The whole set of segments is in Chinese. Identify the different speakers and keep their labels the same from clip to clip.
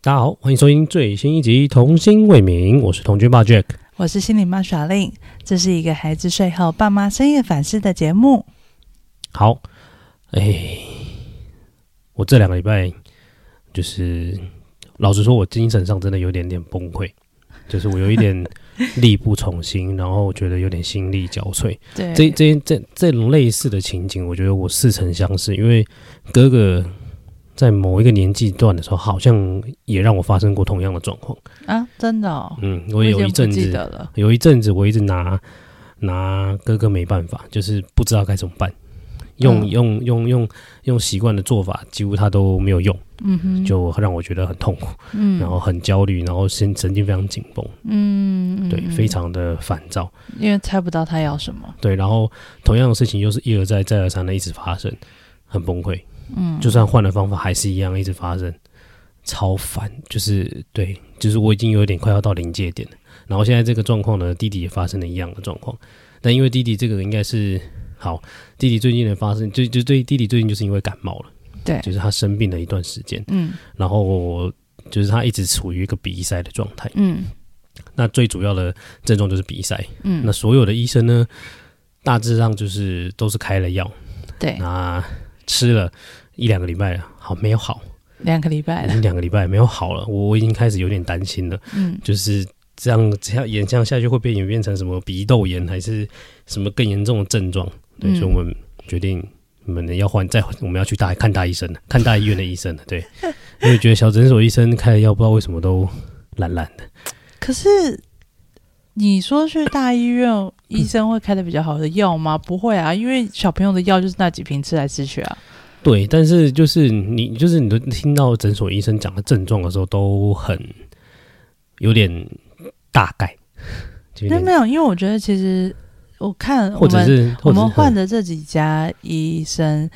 Speaker 1: 大家好，欢迎收听最新一集《童心未泯》，我是童军爸 Jack。
Speaker 2: 我是心理妈耍令，这是一个孩子睡后爸妈深夜反思的节目。
Speaker 1: 好，哎，我这两个礼拜就是，老实说，我精神上真的有点点崩溃，就是我有一点力不从心，然后觉得有点心力交瘁。
Speaker 2: 对
Speaker 1: 这这这这种类似的情景，我觉得我似曾相识，因为哥哥在某一个年纪段的时候，好像也让我发生过同样的状况。
Speaker 2: 啊，真的、哦，
Speaker 1: 嗯，我也有
Speaker 2: 点
Speaker 1: 一
Speaker 2: 不
Speaker 1: 阵
Speaker 2: 记
Speaker 1: 子
Speaker 2: 得了。
Speaker 1: 有一阵子我一直拿拿哥哥没办法，就是不知道该怎么办，用、
Speaker 2: 嗯
Speaker 1: 用用用用习惯的做法，几乎他都没有用，
Speaker 2: 嗯哼，
Speaker 1: 就让我觉得很痛苦，
Speaker 2: 嗯，
Speaker 1: 然后很焦虑，然后神神经非常紧绷，
Speaker 2: 嗯，嗯
Speaker 1: 对，
Speaker 2: 嗯
Speaker 1: 非常的烦躁，
Speaker 2: 因为猜不到他要什么。
Speaker 1: 对，然后同样的事情又是一而再再而三的一直发生，很崩溃，
Speaker 2: 嗯，
Speaker 1: 就算换了方法还是一样一直发生，超烦，就是对，就是我已经有点快要到临界点了。然后现在这个状况呢，弟弟也发生了一样的状况，但因为弟弟这个应该是好，弟弟最近的发生，就就对弟弟最近就是因为感冒了，
Speaker 2: 对
Speaker 1: 就是他生病了一段时间，
Speaker 2: 嗯
Speaker 1: 然后就是他一直处于一个鼻塞的状态。
Speaker 2: 嗯
Speaker 1: 那最主要的症状就是鼻塞，
Speaker 2: 嗯，
Speaker 1: 那所有的医生呢，大致上就是都是开了药，
Speaker 2: 对，
Speaker 1: 那吃了一两个礼拜了，好没有好。
Speaker 2: 两个礼拜
Speaker 1: 已
Speaker 2: 了。
Speaker 1: 经两个礼拜没有好了，我我已经开始有点担心了，
Speaker 2: 嗯，
Speaker 1: 就是这样这样演这样下去会不会演变成什么鼻窦炎还是什么更严重的症状？对，
Speaker 2: 嗯
Speaker 1: 所以我们决定我们要换再我们要去大看大医生了，看大医院的医生了。 对，因为觉得小诊所医生开的药不知道为什么都懒懒的，
Speaker 2: 可是你说去大医院，医生会开的比较好的 药吗？不会啊，因为小朋友的药就是那几瓶吃来吃去啊。
Speaker 1: 对，但是就是你就是你都听到诊所医生讲的症状的时候都很有点大概，就有
Speaker 2: 没有
Speaker 1: 点
Speaker 2: 没有，因为我觉得其实我看我
Speaker 1: 或者
Speaker 2: 们
Speaker 1: 是或
Speaker 2: 我
Speaker 1: 者
Speaker 2: 们
Speaker 1: 是
Speaker 2: 换的这几家医生，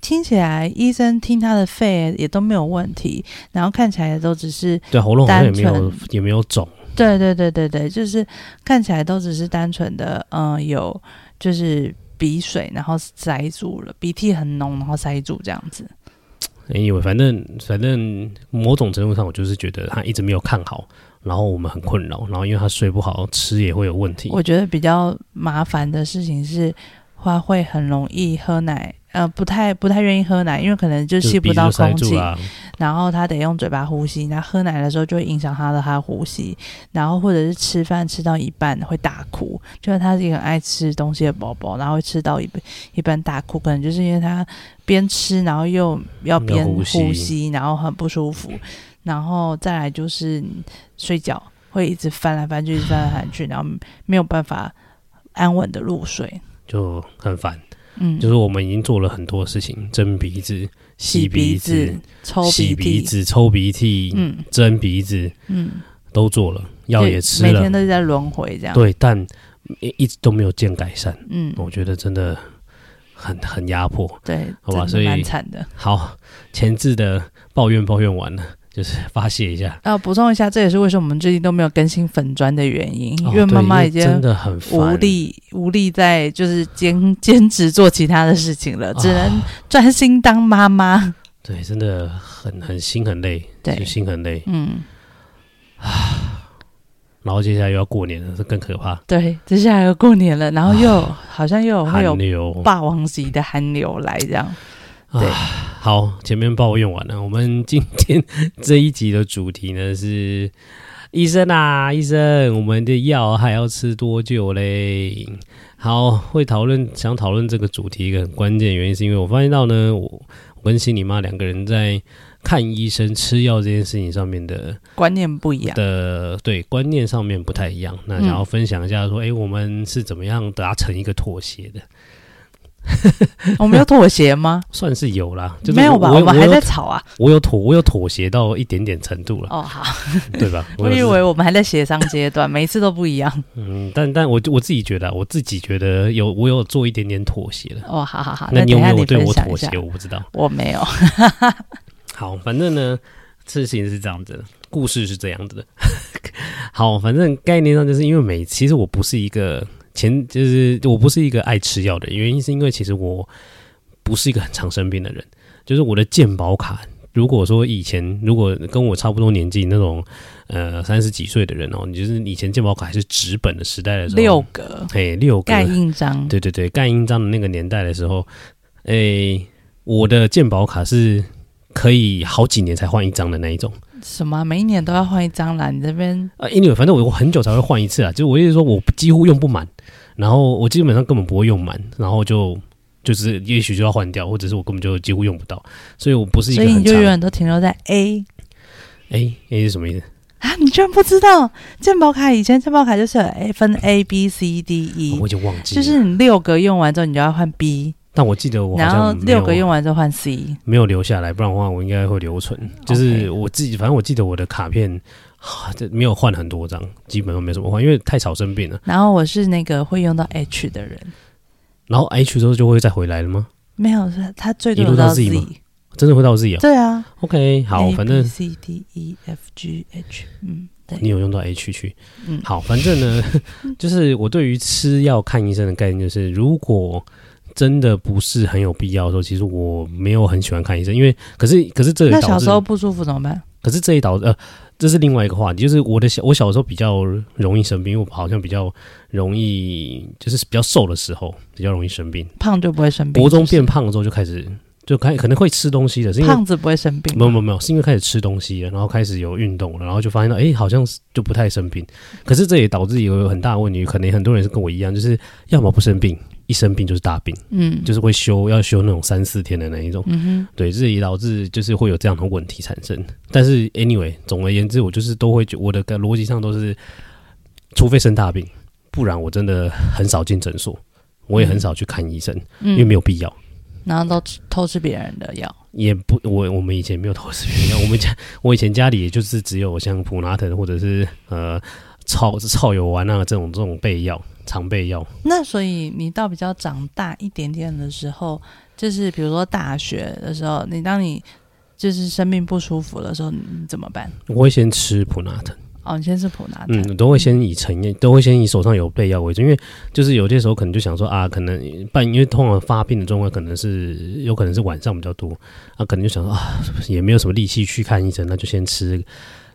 Speaker 2: 听起来医生听他的肺也都没有问题，然后看起来也都只是，
Speaker 1: 对喉咙好像也没
Speaker 2: 单
Speaker 1: 有
Speaker 2: 纯
Speaker 1: 也没有肿。
Speaker 2: 对对对对对，就是看起来都只是单纯的，嗯、有就是鼻水，然后塞住了，鼻涕很浓，然后塞住这样子。
Speaker 1: anyway，反哎正反正某种程度上，我就是觉得他一直没有看好，然后我们很困扰，然后因为他睡不好，吃也会有问题。
Speaker 2: 我觉得比较麻烦的事情是，他会很容易喝奶，呃，不太不太愿意喝奶，因为可能就
Speaker 1: 就
Speaker 2: 吸
Speaker 1: 是鼻
Speaker 2: 不
Speaker 1: 子
Speaker 2: 到
Speaker 1: 就塞
Speaker 2: 空
Speaker 1: 住啊啦、
Speaker 2: 气，然后他得用嘴巴呼吸，那喝奶的时候就会影响他的他的呼吸，然后或者是吃饭吃到一半会大哭，就是他是一个很爱吃东西的宝宝，然后会吃到一半一半大哭，可能就是因为他边吃然后又要边
Speaker 1: 要呼
Speaker 2: 呼
Speaker 1: 吸
Speaker 2: 吸，然后很不舒服，然后再来就是睡觉会一直翻来翻去，一直翻来翻去，然后没有办法安稳的入睡，
Speaker 1: 就很烦。
Speaker 2: 嗯，
Speaker 1: 就是我们已经做了很多事情，蒸鼻子、吸
Speaker 2: 洗
Speaker 1: 鼻
Speaker 2: 鼻
Speaker 1: 子
Speaker 2: 子、、抽
Speaker 1: 洗鼻
Speaker 2: 鼻涕，
Speaker 1: 子、抽鼻涕、
Speaker 2: 嗯
Speaker 1: 蒸鼻子
Speaker 2: 嗯，
Speaker 1: 都做了，药
Speaker 2: 对
Speaker 1: 也吃
Speaker 2: 每
Speaker 1: 了
Speaker 2: 天，都在轮回这样，
Speaker 1: 对，但一一直都没有见改善。
Speaker 2: 嗯，
Speaker 1: 我觉得真的很很压迫。
Speaker 2: 对，
Speaker 1: 好吧
Speaker 2: 真的
Speaker 1: 所以
Speaker 2: 蛮惨的。
Speaker 1: 好，前置的抱怨抱怨完了，就是发泄一下。
Speaker 2: 啊，补充一下，这也是为什么我们最近都没有更新粉砖的原因，
Speaker 1: 哦
Speaker 2: 因为
Speaker 1: 对
Speaker 2: 妈妈已
Speaker 1: 真
Speaker 2: 经
Speaker 1: 的很
Speaker 2: 无
Speaker 1: 烦，
Speaker 2: 力无力在就是兼兼职做其他的事情
Speaker 1: 啊
Speaker 2: 了，只能专心当妈妈。
Speaker 1: 对，真的很很心很累，就
Speaker 2: 对，
Speaker 1: 心很累。
Speaker 2: 嗯，
Speaker 1: 然后接下来又要过年了，这更可怕，
Speaker 2: 对，接下来又过年了，然后又有好像又有会
Speaker 1: 啊
Speaker 2: 有
Speaker 1: 寒流。
Speaker 2: 霸王级的寒流来这样。对
Speaker 1: 好，前面抱怨完了，我们今天这一集的主题呢是医生啊，医生，我们的药还要吃多久嘞？好，会讨论想讨论这个主题一个很关键的原因，是因为我发现到呢，我我跟心理妈两个人在看医生、吃药这件事情上面的
Speaker 2: 观念不一样，
Speaker 1: 的对观念上面不太一样。那想要
Speaker 2: 嗯
Speaker 1: 分享一下说，哎、我们是怎么样达成一个妥协的？
Speaker 2: 我哦们有妥协吗？
Speaker 1: 算是有啦， 就是
Speaker 2: 没有
Speaker 1: 我
Speaker 2: 吧？
Speaker 1: 我
Speaker 2: 我们还
Speaker 1: 有
Speaker 2: 在吵 啊。
Speaker 1: 我有妥我有妥协到一点点程度了，
Speaker 2: 哦，好，
Speaker 1: 对 吧？
Speaker 2: 我
Speaker 1: 有
Speaker 2: 以为我们还在协商阶段，每一次都不一样。
Speaker 1: 嗯，但但我我自己觉得啊，我自己觉得有我有做一点点妥协了。
Speaker 2: 哦，好好好，
Speaker 1: 那
Speaker 2: 等
Speaker 1: 有
Speaker 2: 一
Speaker 1: 没
Speaker 2: 下
Speaker 1: 有
Speaker 2: 你
Speaker 1: 对
Speaker 2: 分
Speaker 1: 我
Speaker 2: 享
Speaker 1: 妥
Speaker 2: 一下
Speaker 1: 协？。我不知道。
Speaker 2: 我没有。
Speaker 1: 好，反正呢，事情是这样子的，故事是这样子的。 好，反正概念上就是因为每，其实我不是一个前，就是我不是一个爱吃药的人，原因是因为其实我不是一个很常生病的人，就是我的健保卡。如果说以前如果跟我差不多年纪那种，呃，三十几岁的人哦，你就是以前健保卡还是纸本的时代的时候，
Speaker 2: 六个
Speaker 1: 哎六个
Speaker 2: 盖印章，
Speaker 1: 对对对，盖印章的那个年代的时候，诶、我的鉴宝卡是可以好几年才换一张的那一种。
Speaker 2: 什么啊每一年都要换一张啦。你这边
Speaker 1: 啊，因为反正我很久才会换一次啊，就是我意思是说我几乎用不满，然后我基本上根本不会用满，然后就就是也许就要换掉，或者是我根本就几乎用不到，所以我不是一
Speaker 2: 所
Speaker 1: 个
Speaker 2: 以你
Speaker 1: 很
Speaker 2: 就
Speaker 1: 长。
Speaker 2: 永远都停留在 A
Speaker 1: 哎、诶是什么意思？
Speaker 2: 啊！你居然不知道健保卡以前健保卡就是有 A 分 A B C D
Speaker 1: 我
Speaker 2: E，
Speaker 1: 已经忘记
Speaker 2: 就
Speaker 1: 了。
Speaker 2: 是你六个用完之后你就要换 B，
Speaker 1: 但我记得我好
Speaker 2: 然后
Speaker 1: 像没
Speaker 2: 六
Speaker 1: 有
Speaker 2: 个用完之后换 C。
Speaker 1: 没有留下来，不然的话我应该会留存。就是我自己，反正我记得我的卡片，啊这没有换很多张，基本上没什么换，因为太少生病了。
Speaker 2: 然后我是那个会用到 H 的人，
Speaker 1: 然后 H 之后就会再回来了吗？
Speaker 2: 没有，是他最多
Speaker 1: 一路
Speaker 2: 有
Speaker 1: 到
Speaker 2: 到
Speaker 1: Z 吗真的会到 Z 啊、
Speaker 2: 对啊，
Speaker 1: OK，好，
Speaker 2: A,
Speaker 1: 反正
Speaker 2: B, C D E F G H，嗯，对，
Speaker 1: 你有用到 H 去。
Speaker 2: 嗯，
Speaker 1: 好，反正呢， 就是我对于吃药看医生的概念，就是如果真的不是很有必要的时候，其实我没有很喜欢看医生，因为可是可是这也
Speaker 2: 那
Speaker 1: 导
Speaker 2: 小
Speaker 1: 致
Speaker 2: 时候不舒服怎么办？
Speaker 1: 可是这一导呃，这是另外一个话题，就是我的小我小时候比较容易生病，因为我好像比较容易就是比较瘦的时候比较容易生病，
Speaker 2: 胖就不会生病，
Speaker 1: 国中
Speaker 2: 就是
Speaker 1: 变胖了之后就开始就开可能会吃东西的，是因为
Speaker 2: 胖子不会生病
Speaker 1: 没有
Speaker 2: 吗，
Speaker 1: 没有没有，是因为开始吃东西了，然后开始有运动了，然后就发现到哎、诶好像是就不太生病，可是这也导致有很大的问题，可能很多人是跟我一样，就是要么不生病，一生病就是大病，
Speaker 2: 嗯，
Speaker 1: 就是会休要休那种三四天的那一种。
Speaker 2: 嗯
Speaker 1: 对，这也导致就是会有这样的问题产生。但是 anyway，总而言之，我就是都会觉我的逻辑上都是，除非生大病，不然我真的很少进诊所，我也很少去看医生，
Speaker 2: 哼，嗯
Speaker 1: 因为没有必要。
Speaker 2: 然后都吃偷吃别人的药，
Speaker 1: 也不，我我们以前没有投资偏药，我们家我以前家里也就是只有像普拿疼或者是呃草草油丸啊这种这种备药常备药，
Speaker 2: 那所以你到比较长大一点点的时候，就是比如说大学的时候，你当你就是生病不舒服的时候，你你怎么办？
Speaker 1: 我会先吃普拿疼。
Speaker 2: 哦，你先吃普拿疼，
Speaker 1: 嗯，都会先以成药，都会先以手上有备药为主，因为就是有些时候可能就想说啊，可能半，因为通常发病的状况可能是有可能是晚上比较多，啊，可能就想说啊，也没有什么力气去看医生，那就先吃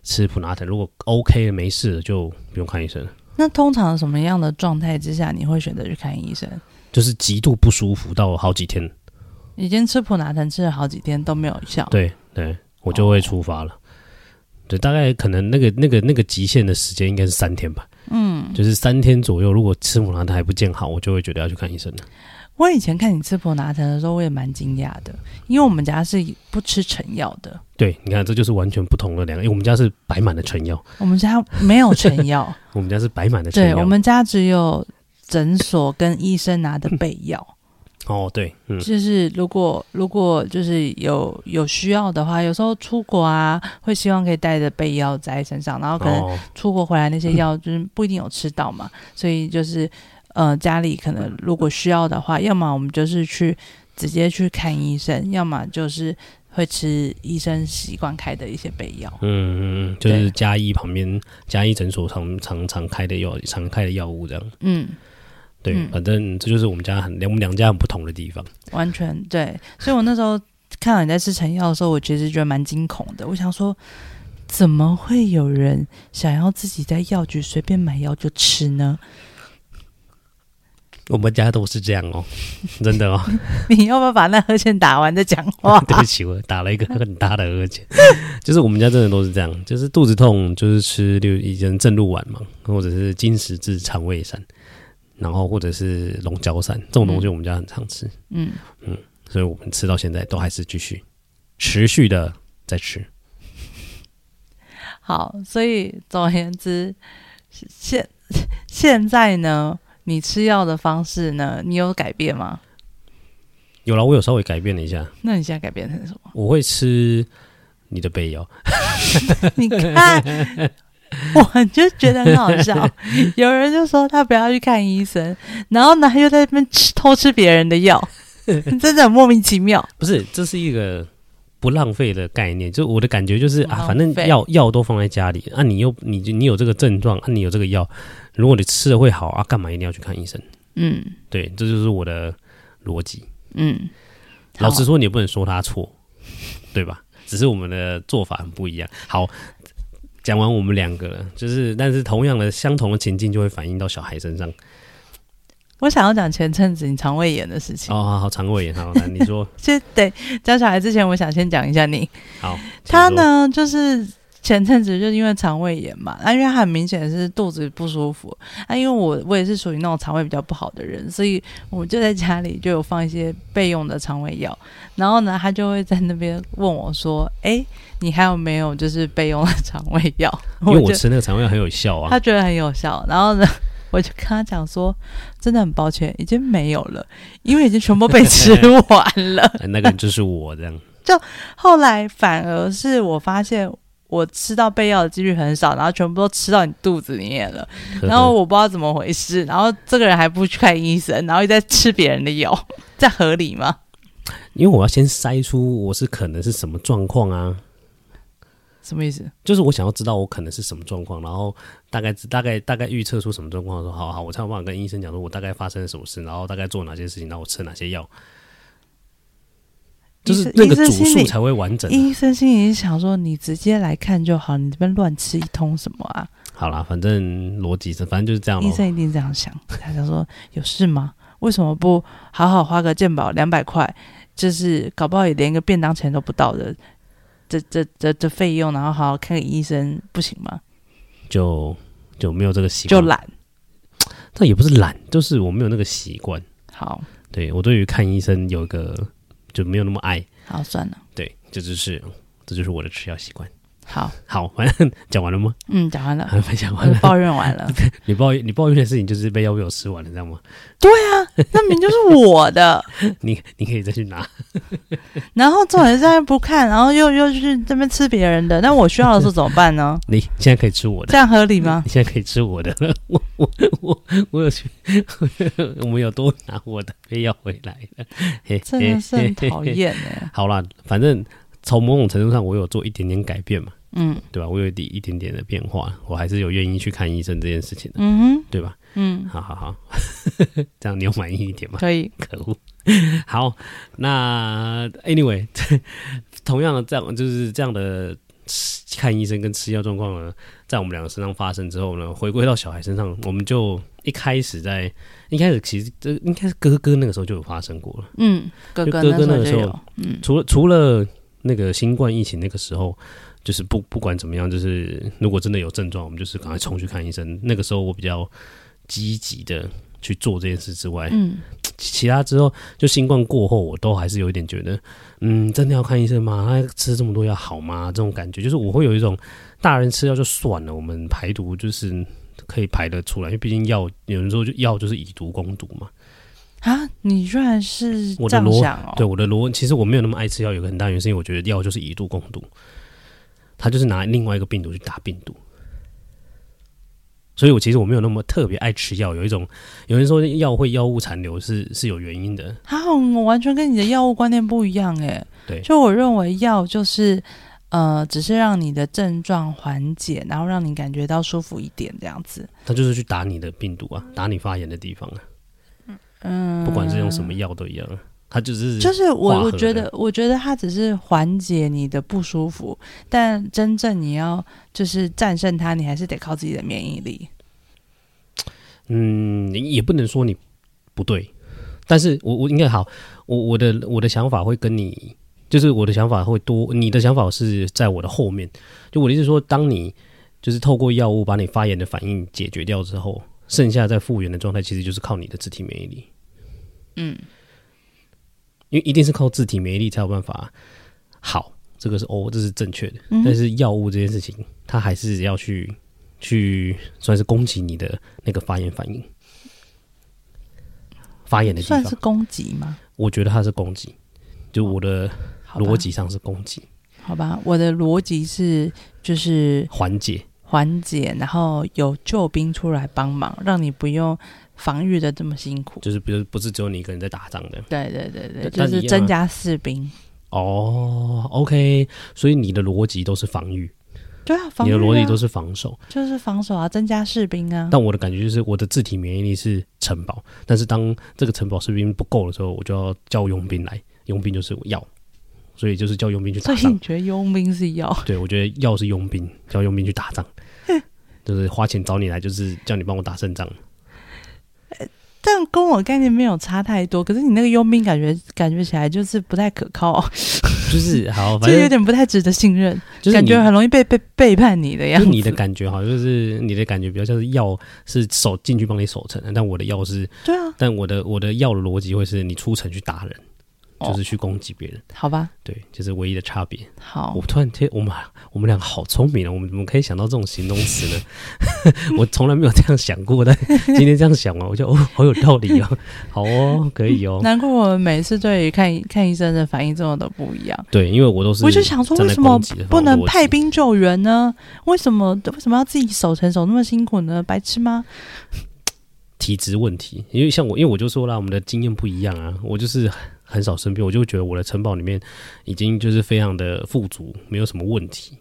Speaker 1: 吃普拿疼，如果 OK 了没事了就不用看医生了，
Speaker 2: 那通常什么样的状态之下你会选择去看医生？
Speaker 1: 就是极度不舒服到好几天，
Speaker 2: 已经吃普拿疼吃了好几天都没有效，
Speaker 1: 对对，我就会出发了。对，大概可能那个那个那个极限的时间应该是三天吧，嗯，就是三天左右。如果吃普拿疼还不见好，我就会觉得要去看医生了。
Speaker 2: 我以前看你吃普拿疼的时候，我也蛮惊讶的，因为我们家是不吃成药的，
Speaker 1: 对，你看，这就是完全不同的两个。因为我们家是摆满了成药，
Speaker 2: 我们家没有成药，
Speaker 1: 我们家是摆满了成
Speaker 2: 对
Speaker 1: 药。
Speaker 2: 我们家只有诊所跟医生拿的备 药，
Speaker 1: 哦，对，嗯，
Speaker 2: 就是如果如果就是有有需要的话，有时候出国啊，会希望可以带着备药在身上，然后可能
Speaker 1: 哦，嗯
Speaker 2: 出国回来那些药就是不一定有吃到嘛，所以就是呃家里可能如果需要的话，要么我们就是去直接去看医生，要么就是会吃医生习惯开的一些备药。
Speaker 1: 嗯嗯嗯，就是
Speaker 2: 对
Speaker 1: 嘉义旁边嘉义诊所常常常开的药，常开的药物这样。
Speaker 2: 嗯，
Speaker 1: 对，
Speaker 2: 嗯
Speaker 1: 反正这就是我们家很我们两家很不同的地方。
Speaker 2: 完全对。所以我那时候看到你在吃成药的时候，我其实觉得蛮惊恐的。我想说，怎么会有人想要自己在药局随便买药就吃呢？
Speaker 1: 我们家都是这样哦， 真的哦。？
Speaker 2: 你要不要把那呵欠打完再讲话
Speaker 1: 对不起，我打了一个很大的呵欠。 就是我们家真的都是这样，就是肚子痛就是吃六以前正露丸嘛，或者是金石治肠胃散，然后或者是龙角散这种东西，我们家很常吃，
Speaker 2: 嗯，
Speaker 1: 所以我们吃到现在都还是继续持续的在吃。
Speaker 2: 好，所以总而言之，是现现在呢，你吃药的方式呢，你有改变吗？
Speaker 1: 有了，我有稍微改变了一下，
Speaker 2: 那你现在改变成什么？
Speaker 1: 我会吃你的备药，
Speaker 2: 你看，我就觉得很好 笑。有人就说他不要去看医生，然后呢，他又在那 边吃偷吃别人的药，真的很莫名其妙。
Speaker 1: 不是，这是一个不浪费的概念，就我的感觉就是
Speaker 2: 不浪
Speaker 1: 啊，
Speaker 2: 费
Speaker 1: 反正药药都放在家里，啊，你又你你有这个症状，啊，你有这个药，如果你吃了会好啊，干嘛一定要去看医生？
Speaker 2: 嗯
Speaker 1: 对，这就是我的逻辑。
Speaker 2: 嗯，
Speaker 1: 老
Speaker 2: 好
Speaker 1: 实说，你也不能说他 错，对吧？只是我们的做法很不一样。好，讲完我们两个了，就是但是同样的相同的情境就会反映到小孩身上。
Speaker 2: 我想要讲前阵子你肠胃炎的事情。
Speaker 1: 哦， 好好，肠胃炎，好，那你说
Speaker 2: 就对，教小孩之前，我想先讲一下你。
Speaker 1: 好。
Speaker 2: 他
Speaker 1: 请说？
Speaker 2: 呢，就是前阵子就是因为肠胃炎嘛，啊，因为他很明显是肚子不舒服，啊，因为我我也是属于那种肠胃比较不好的人，所以我就在家里就有放一些备用的肠胃药，然后呢，他就会在那边问我说：“哎、你还有没有就是备用的肠胃药？”
Speaker 1: 因为
Speaker 2: 就
Speaker 1: 我吃那个肠胃药很有效啊
Speaker 2: 他。觉得很有效，然后呢，我就跟他讲说，真的很抱歉，已经没有了，因为已经全部 被吃完了。
Speaker 1: 呃那个就是我这样，
Speaker 2: 后来反而是我发现我吃到备药的几率很少，然后全部都吃到你肚子里面了，
Speaker 1: 呵呵
Speaker 2: 然后我不知道怎么回事，然后这个人还不去看医生，然后又在吃别人的药，这样合理吗？
Speaker 1: 因为我要先筛出我是可能是什么状况啊，
Speaker 2: 什么意思？
Speaker 1: 就是我想要知道我可能是什么状况，然后大概大概大概预测出什么状况的时候，好好，我才有办法跟医生讲说我大概发生了什么事，然后大概做哪些事情，然后我吃哪些药，就是那个
Speaker 2: 医生
Speaker 1: 主
Speaker 2: 心
Speaker 1: 数
Speaker 2: 里
Speaker 1: 才会完整啊、
Speaker 2: 医生心里想说，你直接来看就好，你这边乱吃一通什么啊？
Speaker 1: 好啦，反正逻辑是，反正就是这样
Speaker 2: 医
Speaker 1: 咯。
Speaker 2: 生一定这样想，他想说有事吗？为什么不好好花个健保两百块，就是搞不好也连个便当钱都不到的，这这这这费用，然后好好看个医生不行吗？
Speaker 1: 就就没有这个习
Speaker 2: 就
Speaker 1: 惯，
Speaker 2: 懒。
Speaker 1: 但也不是懒，就是我没有那个习惯。
Speaker 2: 好，
Speaker 1: 对我对于看医生有一个就没有那么爱，
Speaker 2: 好算了，
Speaker 1: 对，这就是这就是我的吃药习惯。
Speaker 2: 好，
Speaker 1: 好，反正讲完了吗？
Speaker 2: 嗯，讲完了，
Speaker 1: 还没讲
Speaker 2: 我
Speaker 1: 完
Speaker 2: 的
Speaker 1: 了。
Speaker 2: 抱 怨完了，
Speaker 1: 你抱怨你抱怨的事情就是被要被我吃完了，知道吗？
Speaker 2: 那明明就是我的。
Speaker 1: 你你可以再去拿。
Speaker 2: 然后重点是他不看，然后又又去这边吃别人的，那我需要的时候怎么 办呢？
Speaker 1: 你现在可以吃我的
Speaker 2: 这，样合理吗？
Speaker 1: 你现在可以吃我的 了。我我我我有去， 我们有多拿我的被要回来了。 嘿
Speaker 2: 真的是很
Speaker 1: 嘿嘿
Speaker 2: 讨
Speaker 1: 嘿
Speaker 2: 厌哎。
Speaker 1: 好啦，反正从某种程度上，我有做一点点改变嘛，
Speaker 2: 嗯
Speaker 1: 对吧？我有一点一点点的变化，我还是有愿意去看医生这件事情的，
Speaker 2: 嗯哼
Speaker 1: 对吧？
Speaker 2: 嗯，
Speaker 1: 好好 好，这样你有满意一点吗？
Speaker 2: 可以。
Speaker 1: 可恶。 好，那 anyway，同样的这样就是这样的吃看医生跟吃药状况呢，在我们两个身上发生之后呢，回归到小孩身上，我们就一开始在一开始其实这应该是哥哥那个时候就有发生过了，
Speaker 2: 嗯，哥
Speaker 1: 就
Speaker 2: 哥
Speaker 1: 哥哥那
Speaker 2: 那
Speaker 1: 个
Speaker 2: 时
Speaker 1: 时
Speaker 2: 候
Speaker 1: 候
Speaker 2: 就有，嗯，
Speaker 1: 除了除了那个新冠疫情那个时候。就是不不管怎么样，就是如果真的有症状，我们就是赶快冲去看医生。那个时候我比较积极的去做这件事之外，
Speaker 2: 嗯
Speaker 1: 其他之后，就新冠过后，我都还是有一点觉得，嗯，真的要看医生吗？他吃这么多药好吗？这种感觉，就是我会有一种大人吃药就算了，我们排毒就是可以排得出来，因为毕竟药有人说就药就是以毒攻毒嘛。
Speaker 2: 啊，你居然是
Speaker 1: 我
Speaker 2: 这
Speaker 1: 的
Speaker 2: 样
Speaker 1: 逻
Speaker 2: 想哦？
Speaker 1: 对，我的罗，其实我没有那么爱吃药，有个很大原因是因为我觉得药就是以毒攻毒，他就是拿另外一个病毒去打病毒。所以我其实我没有那么特别爱吃药，有一种有人说药会药物残留是是有原因的，
Speaker 2: 啊，我完全跟你的药物观念不一样哎。
Speaker 1: 对
Speaker 2: 就我认为药就是呃，只是让你的症状缓解，然后让你感觉到舒服一点这样子。
Speaker 1: 他就是去打你的病毒啊，打你发炎的地方啊，
Speaker 2: 嗯，
Speaker 1: 不管是用什么药都一样啊，他就是
Speaker 2: 就是
Speaker 1: 化
Speaker 2: 我，
Speaker 1: 合
Speaker 2: 我
Speaker 1: 的
Speaker 2: 觉得，我觉得它只是缓解你的不舒服，但真正你要就是战胜它，你还是得靠自己的免疫力。
Speaker 1: 嗯，你也不能说你不对，但是我我应该好，我我的我的想法会跟你，就是我的想法会多，你的想法是在我的后面，就我的意思是说，当你就是透过药物把你发炎的反应解决掉之后，剩下在复原的状态其实就是靠你的自体免疫力，
Speaker 2: 嗯，
Speaker 1: 因为一定是靠自体免疫力才有办法好，这个是哦，这是正确的。
Speaker 2: 嗯哼
Speaker 1: 但是药物这件事情，它还是要去去算是攻击你的那个发炎反应，发炎的地
Speaker 2: 算
Speaker 1: 方
Speaker 2: 是，攻击吗？
Speaker 1: 我觉得它是攻击，就我的
Speaker 2: 好吧
Speaker 1: 逻辑上是攻击，
Speaker 2: 好吧，我的逻辑是就是
Speaker 1: 缓解。
Speaker 2: 缓解，然后有救兵出来帮忙，让你不用防御的这么辛苦。
Speaker 1: 就是比如不是只有你一个人在打仗的，
Speaker 2: 对对对
Speaker 1: 但
Speaker 2: 对，就
Speaker 1: 但一
Speaker 2: 是
Speaker 1: 样啊
Speaker 2: 增加士兵。
Speaker 1: 哦，OK，所以你的逻辑都是防御，
Speaker 2: 对啊，防
Speaker 1: 你
Speaker 2: 御、
Speaker 1: 的
Speaker 2: 啊、
Speaker 1: 逻辑都是防守。
Speaker 2: 就是防守啊，增加士兵啊。
Speaker 1: 但我的感觉就是我的自体免疫力是城堡，但是当这个城堡士兵不够的时候，我就要叫佣兵来，佣兵就是我要，所以就是叫佣兵去
Speaker 2: 所
Speaker 1: 打
Speaker 2: 以
Speaker 1: 仗
Speaker 2: 你。觉得佣兵是要？
Speaker 1: 对，我觉得要是佣兵，叫佣兵去 打仗，就是花钱找你来，就是叫你帮我打胜 仗。
Speaker 2: 但跟我概念没有差太多。可是你那个佣兵感觉感觉起来就是不太可靠，啊
Speaker 1: 就是好，
Speaker 2: 就
Speaker 1: 反
Speaker 2: 有
Speaker 1: 正
Speaker 2: 点不太值得信任，
Speaker 1: 就是
Speaker 2: 感
Speaker 1: 你
Speaker 2: 觉很容易被被背叛你的
Speaker 1: 就
Speaker 2: 样
Speaker 1: 是
Speaker 2: 子。
Speaker 1: 哎你的感觉好，就是你的感觉比较像是药是守进去帮你守城，但我的药是，
Speaker 2: 对啊，
Speaker 1: 但我的我的药的逻辑会是你出城去打人，
Speaker 2: 哦
Speaker 1: 就是去攻击别人，
Speaker 2: 好吧，
Speaker 1: 对，就是唯一的差别。
Speaker 2: 好
Speaker 1: 我，突然间，我们我们两个好聪明啊！我们怎么可以想到这种形容词呢？ 我从来没有这样想过，但今天这样想完，我就哦，好有道理哦， 好哦，可以哦。
Speaker 2: 难怪我们每次对于看看医生的反应这么的不一样。
Speaker 1: 对，因为我都是
Speaker 2: 我就想说，
Speaker 1: 站
Speaker 2: 为
Speaker 1: 在
Speaker 2: 什么
Speaker 1: 攻击的
Speaker 2: 不
Speaker 1: 方
Speaker 2: 能
Speaker 1: 逻辑
Speaker 2: 派？兵救援呢？为什么为什么要自己守城守那么辛苦呢？白痴吗？
Speaker 1: 体质问题，因为像我，因为我就说啦，我们的经验不一样啊，我就是很少生病，我就觉得我的城堡里面已经就是非常的富足，没有什么问题。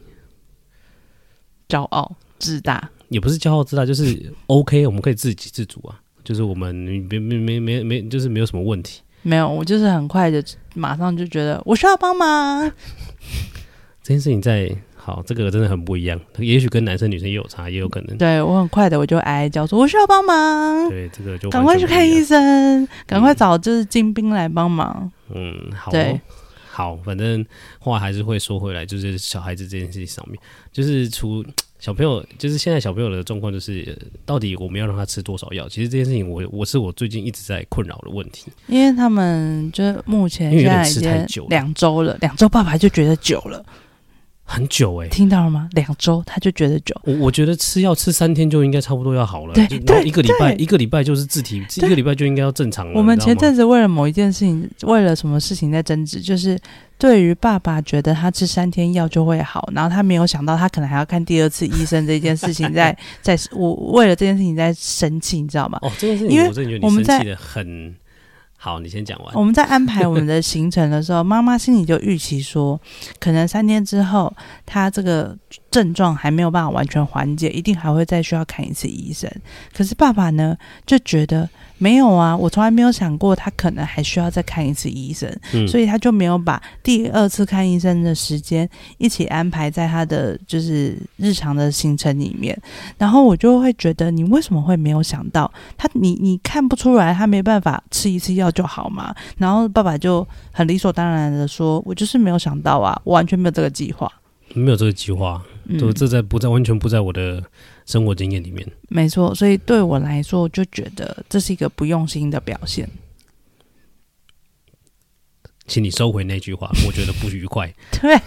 Speaker 2: 骄傲自大，
Speaker 1: 也不是骄傲自大，就是 OK，我们可以自给自足啊，就是我们没没没没没，就是没有什么问题。
Speaker 2: 没有，我就是很快的，马上就觉得我需要帮
Speaker 1: 嗯
Speaker 2: 忙。
Speaker 1: 这件事情在好，这个真的很不一样，也许跟男生女生也有差，也有可能。
Speaker 2: 对我很快的，我就哀叫说我需要帮忙，
Speaker 1: 对，这个就
Speaker 2: 赶快去看医
Speaker 1: 生。
Speaker 2: 生，赶快找就是精兵来帮忙。
Speaker 1: 嗯，好、
Speaker 2: 对
Speaker 1: 好，反正话还是会说回来，就是小孩子这件事情上面，就是除小朋友，就是现在小朋友的状况，就是呃到底我们要让他吃多少药？其实这件事情我，我是我最近一直在困扰的问题。
Speaker 2: 因为他们就是目前
Speaker 1: 因为有
Speaker 2: 现
Speaker 1: 点
Speaker 2: 在已
Speaker 1: 吃太
Speaker 2: 经
Speaker 1: 久了
Speaker 2: 两周了，两周爸爸就觉得久了，
Speaker 1: 很久哎、
Speaker 2: 听到了吗？两周他就觉得久，
Speaker 1: 我我觉得吃药吃三天就应该差不多要好了，
Speaker 2: 对
Speaker 1: 就然后
Speaker 2: 对
Speaker 1: 一个礼拜
Speaker 2: 对
Speaker 1: 一个礼拜就是自体，一
Speaker 2: 对
Speaker 1: 个礼拜就应该要正常了。
Speaker 2: 我们
Speaker 1: 你知道
Speaker 2: 前
Speaker 1: 吗
Speaker 2: 阵子为了某一件事情，为了什么事情在争执，就是对于爸爸觉得他吃三天药就会好，然后他没有想到他可能还要看第二次医生这件事情 在，在我为了这件事情在生气，你知道吗？
Speaker 1: 哦，这件事
Speaker 2: 因
Speaker 1: 情
Speaker 2: 为
Speaker 1: 我真的觉得
Speaker 2: 我
Speaker 1: 你生
Speaker 2: 们在哦
Speaker 1: 气的很好，你先讲完。
Speaker 2: 我们在安排我们的行程的时候，妈妈心里就预期说，可能三天之后，他这个症状还没有办法完全缓解，一定还会再需要看一次医生。可是爸爸呢，就觉得没有啊，我从来没有想过他可能还需要再看一次医生，
Speaker 1: 嗯
Speaker 2: 所以他就没有把第二次看医生的时间一起安排在他的就是日常的行程里面。然后我就会觉得，你为什么会没有想到他？你你看不出来他没办法吃一次药就好吗？然后爸爸就很理所当然的说：“我就是没有想到啊，我完全没有这个计划。
Speaker 1: 没有这个计划，”
Speaker 2: 嗯
Speaker 1: 就，这在不在完全不在我的生活经验里面。
Speaker 2: 没错。所以对我来说，我就觉得这是一个不用心的表 现。
Speaker 1: 请你收回那句话， 我觉得不愉快。
Speaker 2: 对，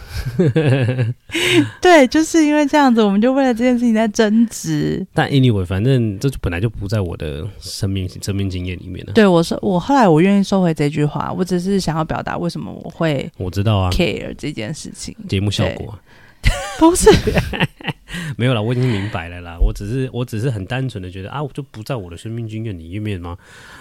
Speaker 2: 对，就是因为这样子，我们就为了这件事情在争执。
Speaker 1: 但 anyway，反正这就本来就不在我的生命生命经验里面了。
Speaker 2: 对我是我后来我愿意收回这句话，我只是想要表达为什么我会
Speaker 1: 我知道啊，
Speaker 2: care 这件事情，
Speaker 1: 节目效果
Speaker 2: 不是
Speaker 1: 没有啦，我已经明白了啦。我只是我只是很单纯的觉得啊，我就不在我的生命经验里面吗？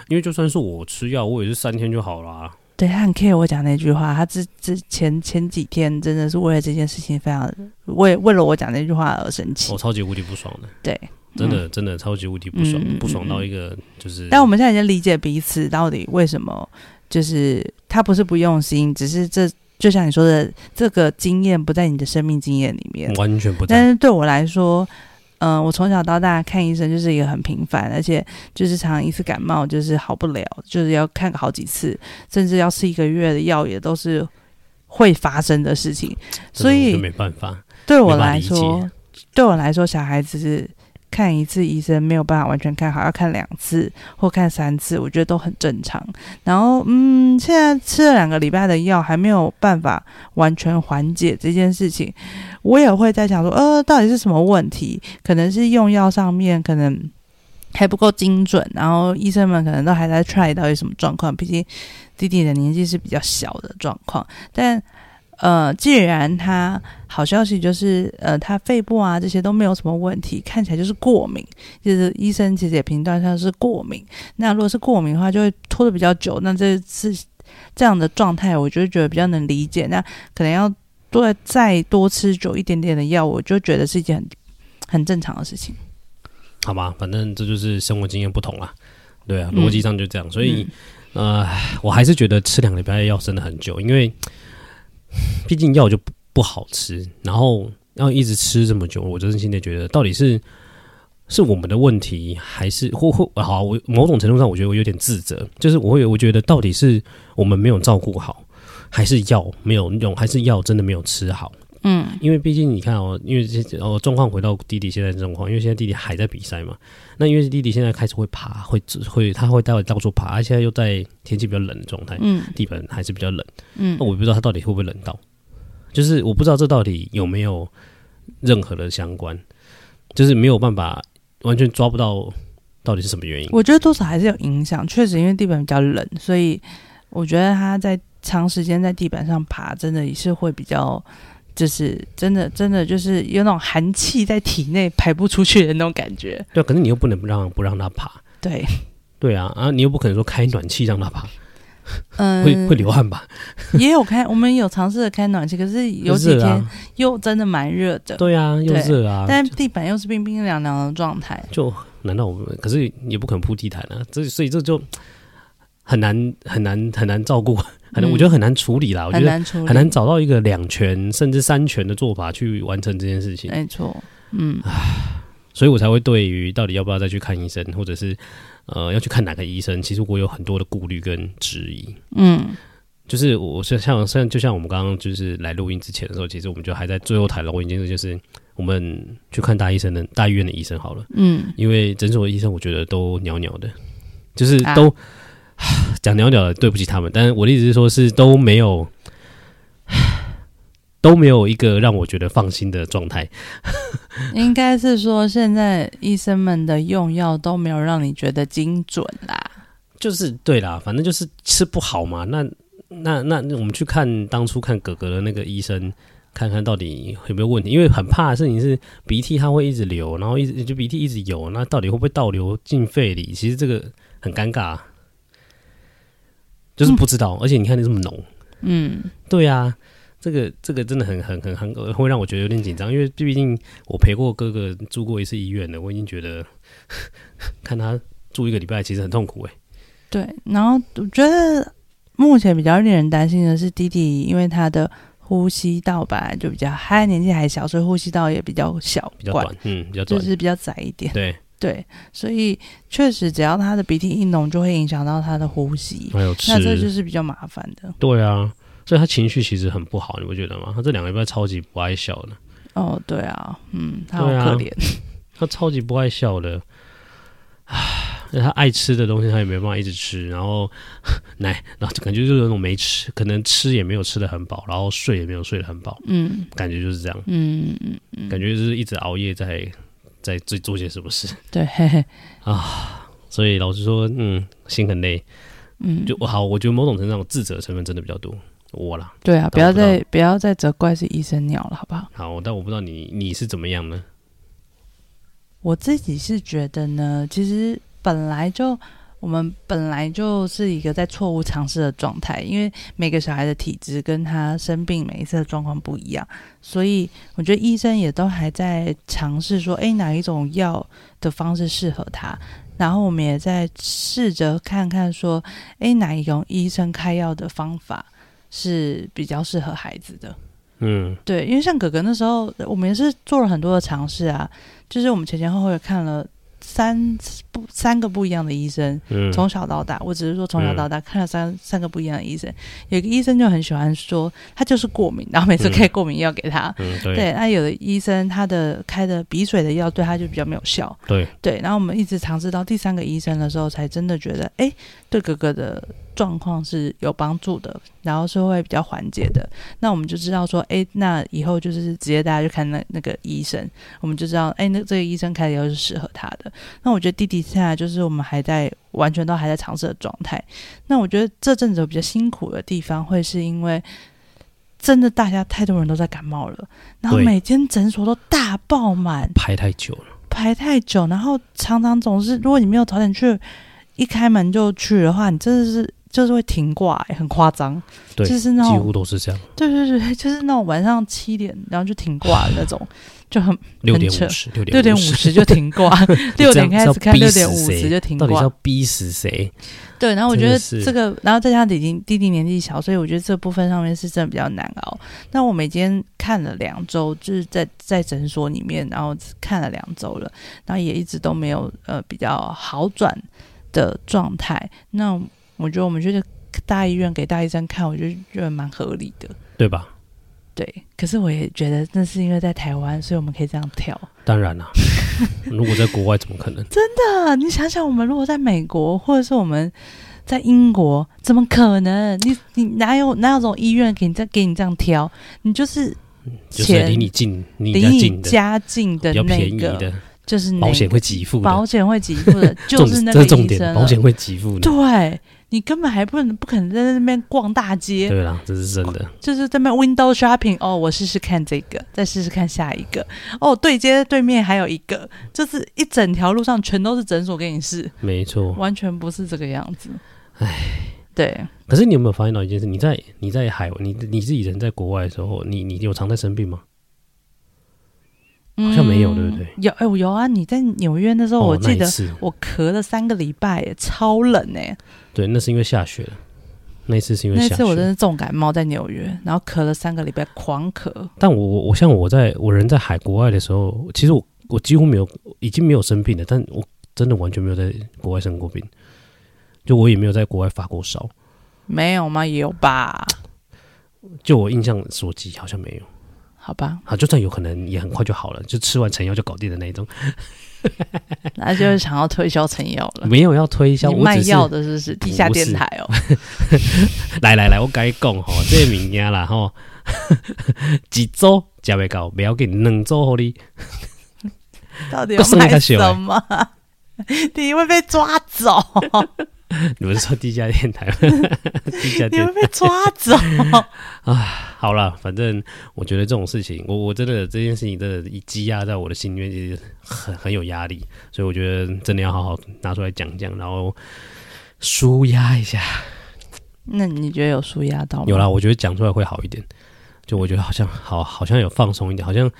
Speaker 1: 因为就算是我吃药，我也是三天就好啦。
Speaker 2: 对他很 care 我讲那句话，他之之前前几天真的是为了这件事情非常为为了我讲那句话而生气
Speaker 1: 我、。超级无敌不爽的，
Speaker 2: 对，嗯
Speaker 1: 真的、真的超级无敌不爽，
Speaker 2: 嗯嗯嗯
Speaker 1: 不爽到一个就是。
Speaker 2: 但我们现在已经理解彼此到底为什么，就是他不是不用心，只是这就像你说的，这个经验不在你的生命经验里面。
Speaker 1: 完全不在
Speaker 2: 但是对我来说，嗯、我从小到大看医生就是一个很频繁，而且就是常常一次感冒就是好不了，就是要看好几次，甚至要吃一个月的药也都是会发生的事情。
Speaker 1: 这个
Speaker 2: 所
Speaker 1: 我就
Speaker 2: 以
Speaker 1: 没办法。
Speaker 2: 对
Speaker 1: 没
Speaker 2: 我
Speaker 1: 办法
Speaker 2: 来
Speaker 1: 理解
Speaker 2: 说，对我来说，小孩子是看一次医生没有办法完全看好，要看两次或看三次，我觉得都很正常。然后，嗯，现在吃了两个礼拜的药，还没有办法完全缓解这件事情，我也会在想说，呃，到底是什么问题？可能是用药上面可能。还不够精准，然后医生们可能都还在 try 到底什么状况，毕竟弟弟的年纪是比较小的状况。但呃，既然他好消息就是，呃，他肺部啊这些都没有什么问题，看起来就是过敏。就是医生其实也评断上是过敏。那如果是过敏的话，就会拖得比较久。那这是这样的状态，我就觉得比较能理解。那可能要多再多吃久一点点的药，我就觉得是一件很很正常的事情。
Speaker 1: 好吧，反正这就是生活经验不同啦。对啊，
Speaker 2: 嗯
Speaker 1: 逻辑上就这样，所以
Speaker 2: 嗯、
Speaker 1: 呃，我还是觉得吃两个礼拜的药真的很久，因为 毕竟药就不不好吃，然后要一直吃这么久，我真心的觉得到底是是我们的问题，还是或或好，我某种程度上我觉得我有点自责，就是我会我觉得到底是我们没有照顾好，还是药没有用，还是药真的没有吃好。
Speaker 2: 嗯
Speaker 1: 因为毕竟你看哦，因为这哦状况回到弟弟现在的状况，因为现在弟弟还在比赛嘛，那因为弟弟现在开始会爬，会会他会待会到处爬，而且又在天气比较冷的状态，
Speaker 2: 嗯
Speaker 1: 地板还是比较冷，
Speaker 2: 嗯
Speaker 1: 那我不知道他到底会不会冷到，就是我不知道这到底有没有任何的相关，就是没有办法完全抓不到到底是什么原因。
Speaker 2: 我觉得多少还是有影响，确实因为地板比较冷，所以我觉得他在长时间在地板上爬，真的也是会比较。就是真的，真的就是有那种寒气在体内排不出去的那种感觉。
Speaker 1: 对啊，可是你又不能不让不让他爬，
Speaker 2: 对，
Speaker 1: 对啊啊，你又不可能说开暖气让他爬，
Speaker 2: 嗯，
Speaker 1: 会会流汗吧？
Speaker 2: 也有开，我们有尝试着开暖气，可是有几
Speaker 1: 热
Speaker 2: 天
Speaker 1: 啊，
Speaker 2: 又真的蛮热的，
Speaker 1: 对啊，又
Speaker 2: 对
Speaker 1: 热啊，
Speaker 2: 但地板又是冰冰凉凉的状态。
Speaker 1: 就难道我们可是也不可能铺地毯啊，这所以这就很难很难很难照顾， 很难、
Speaker 2: 嗯
Speaker 1: 我觉得很难处理啦，我觉
Speaker 2: 很
Speaker 1: 得
Speaker 2: 难处理，
Speaker 1: 很难找到一个两全甚至三全的做法去完成这件事情，
Speaker 2: 没错，嗯
Speaker 1: 啊所以我才会对于到底要不要再去看医生，或者是呃要去看哪个医生，其实我有很多的顾虑跟质疑。
Speaker 2: 嗯
Speaker 1: 就是我像像像就像我们刚刚就是来录音之前的时候，其实我们就还在最后谈论一件事，就是我们去看大医生的大医院的医生好了。
Speaker 2: 嗯，
Speaker 1: 因为诊所的医生我觉得都鸟鸟的，就是
Speaker 2: 啊
Speaker 1: 都、 讲鸟鸟的，对不起他们。但是我的意思是说，是都没有 都没有一个让我觉得放心的状态。
Speaker 2: 应该是说现在医生们的用药都没有让你觉得精准啦。
Speaker 1: 就是对啦，反正就是吃不好嘛。那那那那我们去看当初看哥哥的那个医生，看看到底有没有问题，因为很怕的事情是鼻涕它会一直流，然后一直就鼻涕一直有，那到底会不会倒流进肺里？其实这个很尴尬、啊就是不知道。而且你看你这么浓，
Speaker 2: 嗯，
Speaker 1: 对啊，这个这个真的很很很很会让我觉得有点紧张，因为毕竟我陪过哥哥住过一次医院的，我已经觉得 看他住一个礼拜其实很痛苦哎、
Speaker 2: 对。然后我觉得目前比较令人担心的是弟弟，因为他的呼吸道本来就比较，他年纪还小，所以呼吸道也比较小，
Speaker 1: 比较短，嗯，比较短，
Speaker 2: 就是比较窄一点。
Speaker 1: 对，
Speaker 2: 对，所以确实，只要他的鼻涕一浓，就会影响到他的呼吸，
Speaker 1: 还有
Speaker 2: 那这就
Speaker 1: 吃，
Speaker 2: 是比较麻烦的。
Speaker 1: 对啊，所以他情绪其实很不好，你不觉得吗？他这两个礼拜超级不爱笑的，
Speaker 2: 哦，对啊，嗯，他好
Speaker 1: 对啊
Speaker 2: 可怜。
Speaker 1: 他超级不爱笑的，唉，他爱吃的东西他也没办法一直吃，然后 奶，然后就感觉就是有种没吃，可能吃也没有吃的很饱，然后睡也没有睡得很饱，
Speaker 2: 嗯
Speaker 1: 感觉就是这样，
Speaker 2: 嗯嗯嗯，
Speaker 1: 感觉就是一直熬夜在在做做些什么事，
Speaker 2: 对，嘿嘿
Speaker 1: 所以老实说，嗯，心很累，
Speaker 2: 嗯，
Speaker 1: 就好，我觉得某种程度上我自责的成分真的比较多，我啦。
Speaker 2: 对啊，
Speaker 1: 不
Speaker 2: 不要
Speaker 1: 知
Speaker 2: 再不要再责怪是医生鸟了，好不好？
Speaker 1: 好，但我不知道你你是怎么样呢？
Speaker 2: 我自己是觉得呢，其实本来就我们本来就是一个在错误尝试的状态，因为每个小孩的体质跟他生病每一次的状况不一样，所以我觉得医生也都还在尝试说，诶，哪一种药的方式适合他。然后我们也在试着看看说，诶，哪一种医生开药的方法是比较适合孩子的。
Speaker 1: 嗯，
Speaker 2: 对，因为像哥哥那时候，我们也是做了很多的尝试啊，就是我们前前后后也看了三不三个不一样的医生，
Speaker 1: 嗯，
Speaker 2: 从小到大，我只是说从小到大看了三三个不一样的医生，有一个医生就很喜欢说他就是过敏，然后每次开过敏药给他。
Speaker 1: 嗯，对
Speaker 2: 对，那有的医生他的开的鼻水的药对他就比较没有效，
Speaker 1: 对
Speaker 2: 对。然后我们一直尝试到第三个医生的时候，才真的觉得，哎，对哥哥的状况是有帮助的，然后是会比较缓解的。那我们就知道说，哎，那以后就是直接大家去看那那个医生，我们就知道，哎，那这个医生开的药是适合他的。那我觉得弟弟现在就是我们还在完全都还在尝试的状态。那我觉得这阵子我比较辛苦的地方，会是因为真的大家太多人都在感冒了，然后
Speaker 1: 对
Speaker 2: 每间诊所都大爆满，
Speaker 1: 排太久了，
Speaker 2: 排太久，然后常常总是，如果你没有早点去，一开门就去的话，你真的是就是会停挂、欸，很夸张。
Speaker 1: 对
Speaker 2: 就是那
Speaker 1: 几
Speaker 2: 种
Speaker 1: 乎都是这样，
Speaker 2: 对对对，就是那种晚上七点然后就停挂的那种，就很
Speaker 1: 六点
Speaker 2: 扯
Speaker 1: 五十，六
Speaker 2: 六点
Speaker 1: 点
Speaker 2: 五十就停挂，
Speaker 1: 这
Speaker 2: 六
Speaker 1: 样
Speaker 2: 点开始看，
Speaker 1: 是要
Speaker 2: 六
Speaker 1: 逼死
Speaker 2: 点五十
Speaker 1: 谁
Speaker 2: 就停
Speaker 1: 到底是
Speaker 2: 挂
Speaker 1: 要。逼死谁？
Speaker 2: 对，然后我觉
Speaker 1: 真
Speaker 2: 得
Speaker 1: 的是
Speaker 2: 这个，然后再加上弟弟弟弟年纪小，所以我觉得这部分上面是真的比较难熬。那我们已经看了两周，就是在在诊所里面，然后看了两周了，然后也一直都没有呃比较好转的状态。那我觉得我们去大医院给大医生看，我就觉得蛮合理的。
Speaker 1: 对吧？
Speaker 2: 对，可是我也觉得那是因为在台湾，所以我们可以这样跳。
Speaker 1: 当然 啦、如果在国外怎么可能？
Speaker 2: 啊，你想想，我们如果在美国，或者是我们在英国，怎么可能？你你哪有哪有种医院给你这给你这样挑？你就是
Speaker 1: 就是
Speaker 2: 钱
Speaker 1: 离你近，离你家近
Speaker 2: 离你
Speaker 1: 的，
Speaker 2: 家近的
Speaker 1: 比较
Speaker 2: 那
Speaker 1: 便宜
Speaker 2: 个，
Speaker 1: 的，
Speaker 2: 就是那
Speaker 1: 保险
Speaker 2: 个
Speaker 1: 会给付的
Speaker 2: 保，险会给付 的，就
Speaker 1: 重
Speaker 2: 是
Speaker 1: 点
Speaker 2: 那
Speaker 1: 这
Speaker 2: 个
Speaker 1: 是重
Speaker 2: 医
Speaker 1: 点，
Speaker 2: 生啊
Speaker 1: 保险
Speaker 2: 了。
Speaker 1: 会给付的，
Speaker 2: 对你根本还不能不可能在那边逛大街，
Speaker 1: 对啦，这是真的。
Speaker 2: 就是在那边 window shopping。哦，我试试看这个，再试试看下一个。哦，对街对面还有一个，就是一整条路上全都是诊所给你试。
Speaker 1: 没错，
Speaker 2: 完全不是这个样子。唉，对，
Speaker 1: 可是你有没有发现到一件事？你在你在海外，你你自己人在国外的时候，你你有常在生病吗？
Speaker 2: 好
Speaker 1: 像没有对不对？
Speaker 2: 有，哎、我有啊！你在纽约那时候，
Speaker 1: 哦，
Speaker 2: 我
Speaker 1: 那
Speaker 2: 记
Speaker 1: 一
Speaker 2: 得
Speaker 1: 次，
Speaker 2: 我咳了三个礼拜耶，超冷哎！
Speaker 1: 对，那是因为下雪了。那一次是因为
Speaker 2: 那
Speaker 1: 下
Speaker 2: 次我真
Speaker 1: 雪，
Speaker 2: 是重感冒在纽约，然后咳了三个礼拜，狂咳。
Speaker 1: 但我我我像我在我人在海国外的时候，其实我我几乎没有已经没有生病了，但我真的完全没有在国外生过病，就我也没有在国外发过烧，
Speaker 2: 没有吗？也有吧？
Speaker 1: 就我印象所及好像没有
Speaker 2: 好吧，
Speaker 1: 啊，就算有可能也很快就好了，就吃完成药就搞定的那一种，
Speaker 2: 那就是想要推销成药了。
Speaker 1: 没有要推销，
Speaker 2: 你
Speaker 1: 我
Speaker 2: 卖
Speaker 1: 只是
Speaker 2: 药的是不是地下电台 哦？
Speaker 1: 来来来，我甲你讲吼，这个物件啦吼， 一周食袂到，不要紧，两周互你。
Speaker 2: 到底要卖什么？ 你会被抓走，
Speaker 1: 你们说地下电台 吗，地下
Speaker 2: 你
Speaker 1: 电
Speaker 2: 会被抓走。
Speaker 1: 好了，反正我觉得这种事情，我我真的这件事情真的一积压在我的心里面，其实很很有压力，所以我觉得真的要好好拿出来讲讲，然后舒压一下。
Speaker 2: 那你觉得有舒压到吗？
Speaker 1: 有啦，我觉得讲出来会好一点。就我觉得好像好，好像有放松一点，好像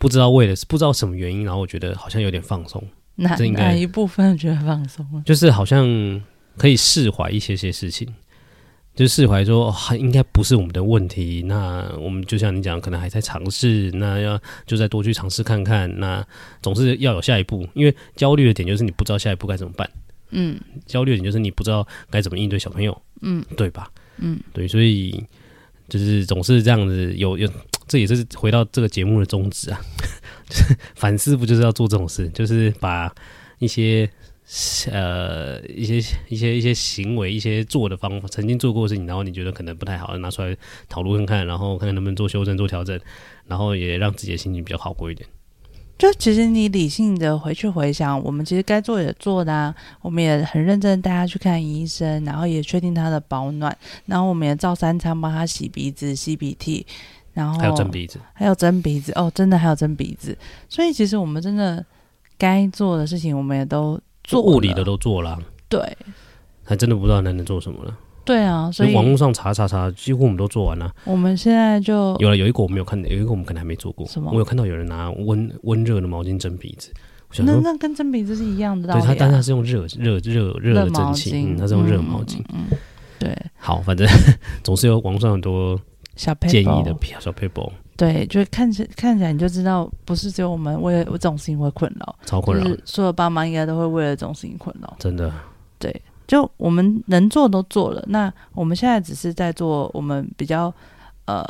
Speaker 1: 不知道为了不知道什么原因，然后我觉得好像有点放松。
Speaker 2: 哪
Speaker 1: 这应该
Speaker 2: 哪一部分觉得放松了？
Speaker 1: 就是好像可以释怀一些些事情，就释怀说、哦、应该不是我们的问题。那我们就像你讲，可能还在尝试，那要就再多去尝试看看。那总是要有下一步，因为焦虑的点就是你不知道下一步该怎么办，
Speaker 2: 嗯，
Speaker 1: 焦虑的点就是你不知道该怎么应对小朋友，
Speaker 2: 嗯，
Speaker 1: 对吧？
Speaker 2: 嗯，
Speaker 1: 对，所以就是总是这样子，有有，这也是回到这个节目的宗旨啊， 就是反思不就是要做这种事，就是把一些呃一些一些一些行为、一些做的方法，曾经做过的事情，然后你觉得可能不太好，拿出来讨论看看，然后看看能不能做修正、做调整，然后也让自己的心情比较好过一点。
Speaker 2: 就其实你理性的回去回想，我们其实该做也做的、啊，我们也很认真地带他去看医生，然后也确定他的保暖，然后我们也照三餐帮他洗鼻子、吸鼻涕，然后
Speaker 1: 还有真鼻子，
Speaker 2: 还有蒸鼻子哦，真的还有蒸鼻子。所以其实我们真的该做的事情，我们也都做了
Speaker 1: 物理的都做了啊、
Speaker 2: 对
Speaker 1: 还真的不知道还能做什么了。
Speaker 2: 对啊，所
Speaker 1: 所以
Speaker 2: 以
Speaker 1: 网络上查查查，几乎我们都做完了。
Speaker 2: 我们现在就
Speaker 1: 有了有一个我没有看，有一个我们可能还没做过
Speaker 2: 哦什么。
Speaker 1: 我有看到有人拿温温热的毛巾蒸鼻子，我想
Speaker 2: 那
Speaker 1: 说，
Speaker 2: 那跟蒸鼻子是一样的道
Speaker 1: 对
Speaker 2: 理、啊，
Speaker 1: 他，但他是用热热热热的
Speaker 2: 毛
Speaker 1: 蒸汽，
Speaker 2: 巾
Speaker 1: 嗯，他是用热毛巾。
Speaker 2: 嗯嗯嗯对，
Speaker 1: 好，反正 总是有网上很多
Speaker 2: 小 paper
Speaker 1: 建议的小 paper，
Speaker 2: 对，就看起看起来你就知道，不是只有我们为了这种事情会困扰，
Speaker 1: 超困
Speaker 2: 就
Speaker 1: 扰
Speaker 2: 是，所有爸妈应该都会为了这种事情困扰。
Speaker 1: 真的。
Speaker 2: 就我们能做都做了，那我们现在只是在做我们比较呃，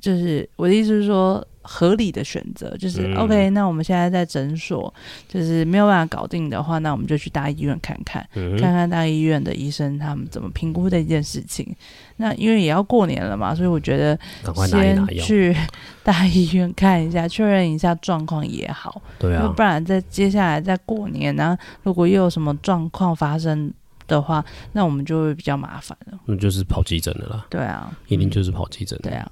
Speaker 2: 就是我的意思是说合理的选择，就是、
Speaker 1: 嗯
Speaker 2: OK，那我们现在在诊所，就是没有办法搞定的话，那我们就去大医院看看。
Speaker 1: 嗯
Speaker 2: 看
Speaker 1: 哼，
Speaker 2: 看大医院的医生他们怎么评估这件事情。那因为也要过年了嘛，所以我觉得
Speaker 1: 赶快拿一
Speaker 2: 先
Speaker 1: 拿药。
Speaker 2: 去 大医院看一下，确认一下状况也好，
Speaker 1: 对
Speaker 2: 要
Speaker 1: 啊
Speaker 2: 不，然在接下来在过年呢、如果又有什么状况发生的话，那我们就会比较麻烦了。
Speaker 1: 那就是跑急诊的啦，
Speaker 2: 对啊，
Speaker 1: 一定
Speaker 2: 嗯
Speaker 1: 就是跑急诊。
Speaker 2: 对，啊，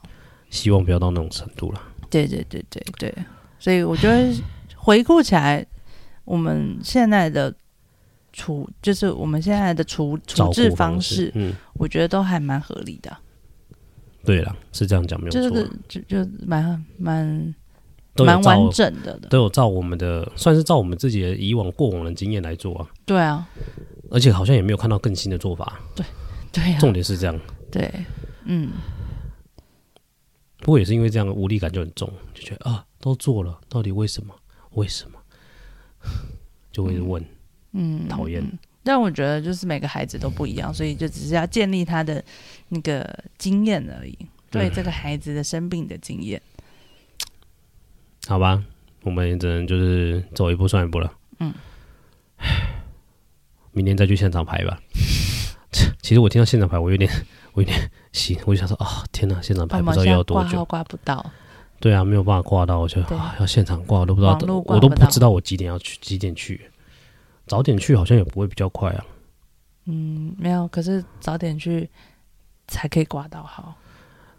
Speaker 1: 希望不要到那种程度啦。
Speaker 2: 对对对对对，所以我觉得回顾起来，我们现在的处，就是我们现在的处
Speaker 1: 照
Speaker 2: 处
Speaker 1: 顾
Speaker 2: 置
Speaker 1: 方
Speaker 2: 方式，
Speaker 1: 嗯，
Speaker 2: 我觉得都还蛮合理的啊，
Speaker 1: 对了，是这样讲没有
Speaker 2: 就
Speaker 1: 错
Speaker 2: 是
Speaker 1: 啊，
Speaker 2: 就就蛮蛮
Speaker 1: 都有
Speaker 2: 蛮
Speaker 1: 照
Speaker 2: 完整的的。
Speaker 1: 都有照我们的，算是照我们自己的以往过往的经验来做啊，
Speaker 2: 对啊，
Speaker 1: 而且好像也没有看到更新的做法，
Speaker 2: 对啊，
Speaker 1: 重点是这样。
Speaker 2: 对，嗯，
Speaker 1: 不过也是因为这样无力感就很重，就觉得啊，都做了，到底为什么？为什么？就会问，嗯，讨厌，
Speaker 2: 但我觉得就是每个孩子都不一样，所以就只是要建立他的那个经验而已，对
Speaker 1: 嗯
Speaker 2: 这个孩子的生病的经验。
Speaker 1: 好吧，我们也只能就是走一步算一步了。
Speaker 2: 嗯
Speaker 1: 唉， 明天再去现场排吧。 其实我听到现场排，我有点，我有点 心，我就想说，哦，天哪，现场
Speaker 2: 我
Speaker 1: 排不
Speaker 2: 们
Speaker 1: 知道
Speaker 2: 现
Speaker 1: 要
Speaker 2: 在
Speaker 1: 多
Speaker 2: 挂号
Speaker 1: 久。
Speaker 2: 挂不到，
Speaker 1: 对啊，没有办法挂到，我就、
Speaker 2: 对
Speaker 1: 啊、要现场挂，我都不知道
Speaker 2: 网络，挂
Speaker 1: 我都
Speaker 2: 不
Speaker 1: 不
Speaker 2: 到
Speaker 1: 知道我几点要去，几点去。早点去好像也不会比较快啊。
Speaker 2: 嗯，没有，可是早点去才可以挂到号。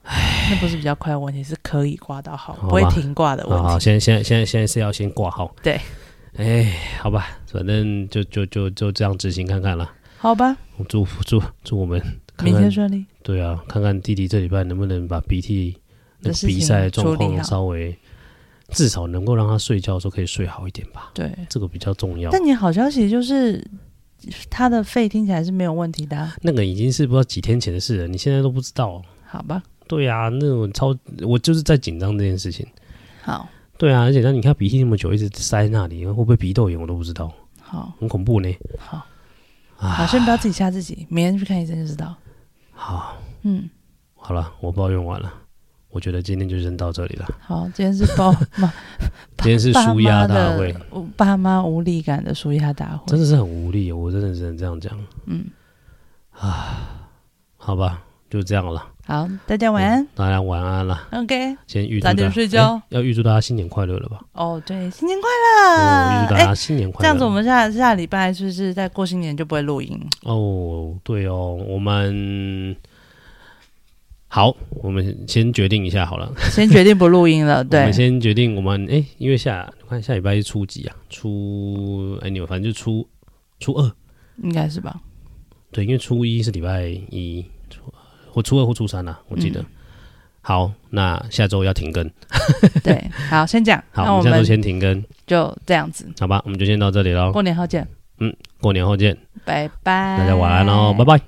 Speaker 2: 那不是比较快的问题，是可以挂到号，
Speaker 1: 好吧
Speaker 2: 不会停挂的
Speaker 1: 啊，
Speaker 2: 问
Speaker 1: 好，
Speaker 2: 题。
Speaker 1: 现在现在现在现在是要先挂号。
Speaker 2: 对，
Speaker 1: 哎，好吧，反正就就就就这样执行看看啦。
Speaker 2: 好吧，
Speaker 1: 我祝福祝祝我们看
Speaker 2: 明
Speaker 1: 看
Speaker 2: 天顺利。
Speaker 1: 对啊，看看弟弟这礼拜能不能把鼻涕那
Speaker 2: 的
Speaker 1: 个
Speaker 2: 事情
Speaker 1: 比赛的状
Speaker 2: 处理
Speaker 1: 况
Speaker 2: 好
Speaker 1: 稍微，至少能够让他睡觉的时候可以睡好一点吧，
Speaker 2: 对，
Speaker 1: 这个比较重要。
Speaker 2: 但你好消息就是他的肺听起来是没有问题的啊、
Speaker 1: 那个已经是不知道几天前的事了，你现在都不知道。啊
Speaker 2: 好吧？
Speaker 1: 对啊，那种超我就是在紧张这件事情。
Speaker 2: 好，
Speaker 1: 对啊，而且那你看鼻涕那么久一直塞那里，会不会鼻窦炎我都不知道，
Speaker 2: 好，
Speaker 1: 很恐怖呢。
Speaker 2: 好，好，
Speaker 1: 啊，
Speaker 2: 先不要自己吓 自己，明天去看医生就知道。
Speaker 1: 好，
Speaker 2: 嗯，
Speaker 1: 好了，我抱怨完了，我觉得今天就先到这里了。
Speaker 2: 好，今天是 包妈，
Speaker 1: 今天是
Speaker 2: 爸
Speaker 1: 舒压
Speaker 2: 妈
Speaker 1: 大
Speaker 2: 的
Speaker 1: 会，
Speaker 2: 我爸妈无力感的舒压大
Speaker 1: 真
Speaker 2: 会。
Speaker 1: 的是很无力，我真的只能这样讲。啊
Speaker 2: 嗯，
Speaker 1: 好吧，就这样了，
Speaker 2: 好，大家晚安。
Speaker 1: 大家晚安了，
Speaker 2: OK，
Speaker 1: 先预祝
Speaker 2: 早
Speaker 1: 大家
Speaker 2: 点睡觉
Speaker 1: 哎要预祝大家新年快乐了吧？
Speaker 2: 哦，对，新年快
Speaker 1: 哦，预祝
Speaker 2: 乐！
Speaker 1: 大
Speaker 2: 哎、
Speaker 1: 家新年快
Speaker 2: 这
Speaker 1: 乐。
Speaker 2: 样子我们下下礼拜是不是在过新年就不会录音？
Speaker 1: 哦，对哦，我们好，我们先决定一下好了。
Speaker 2: 先决定不录音 了，
Speaker 1: 我
Speaker 2: 对
Speaker 1: 们，先决定我们哎，因为下我看下礼拜是初几啊？初哎，你反正就初初二，
Speaker 2: 应该是吧？
Speaker 1: 对，因为初一是礼拜一，初或初二或初三啊，我记得。
Speaker 2: 嗯
Speaker 1: 好，那下周要停更，
Speaker 2: 对，好，先讲，
Speaker 1: 好，
Speaker 2: 那
Speaker 1: 我
Speaker 2: 我
Speaker 1: 们下周
Speaker 2: 们
Speaker 1: 先停更，
Speaker 2: 就这样子，
Speaker 1: 好吧，我们就先到这里喽，
Speaker 2: 过年后见，
Speaker 1: 过年后见，
Speaker 2: 拜拜，
Speaker 1: 哦大家晚安喽，拜拜。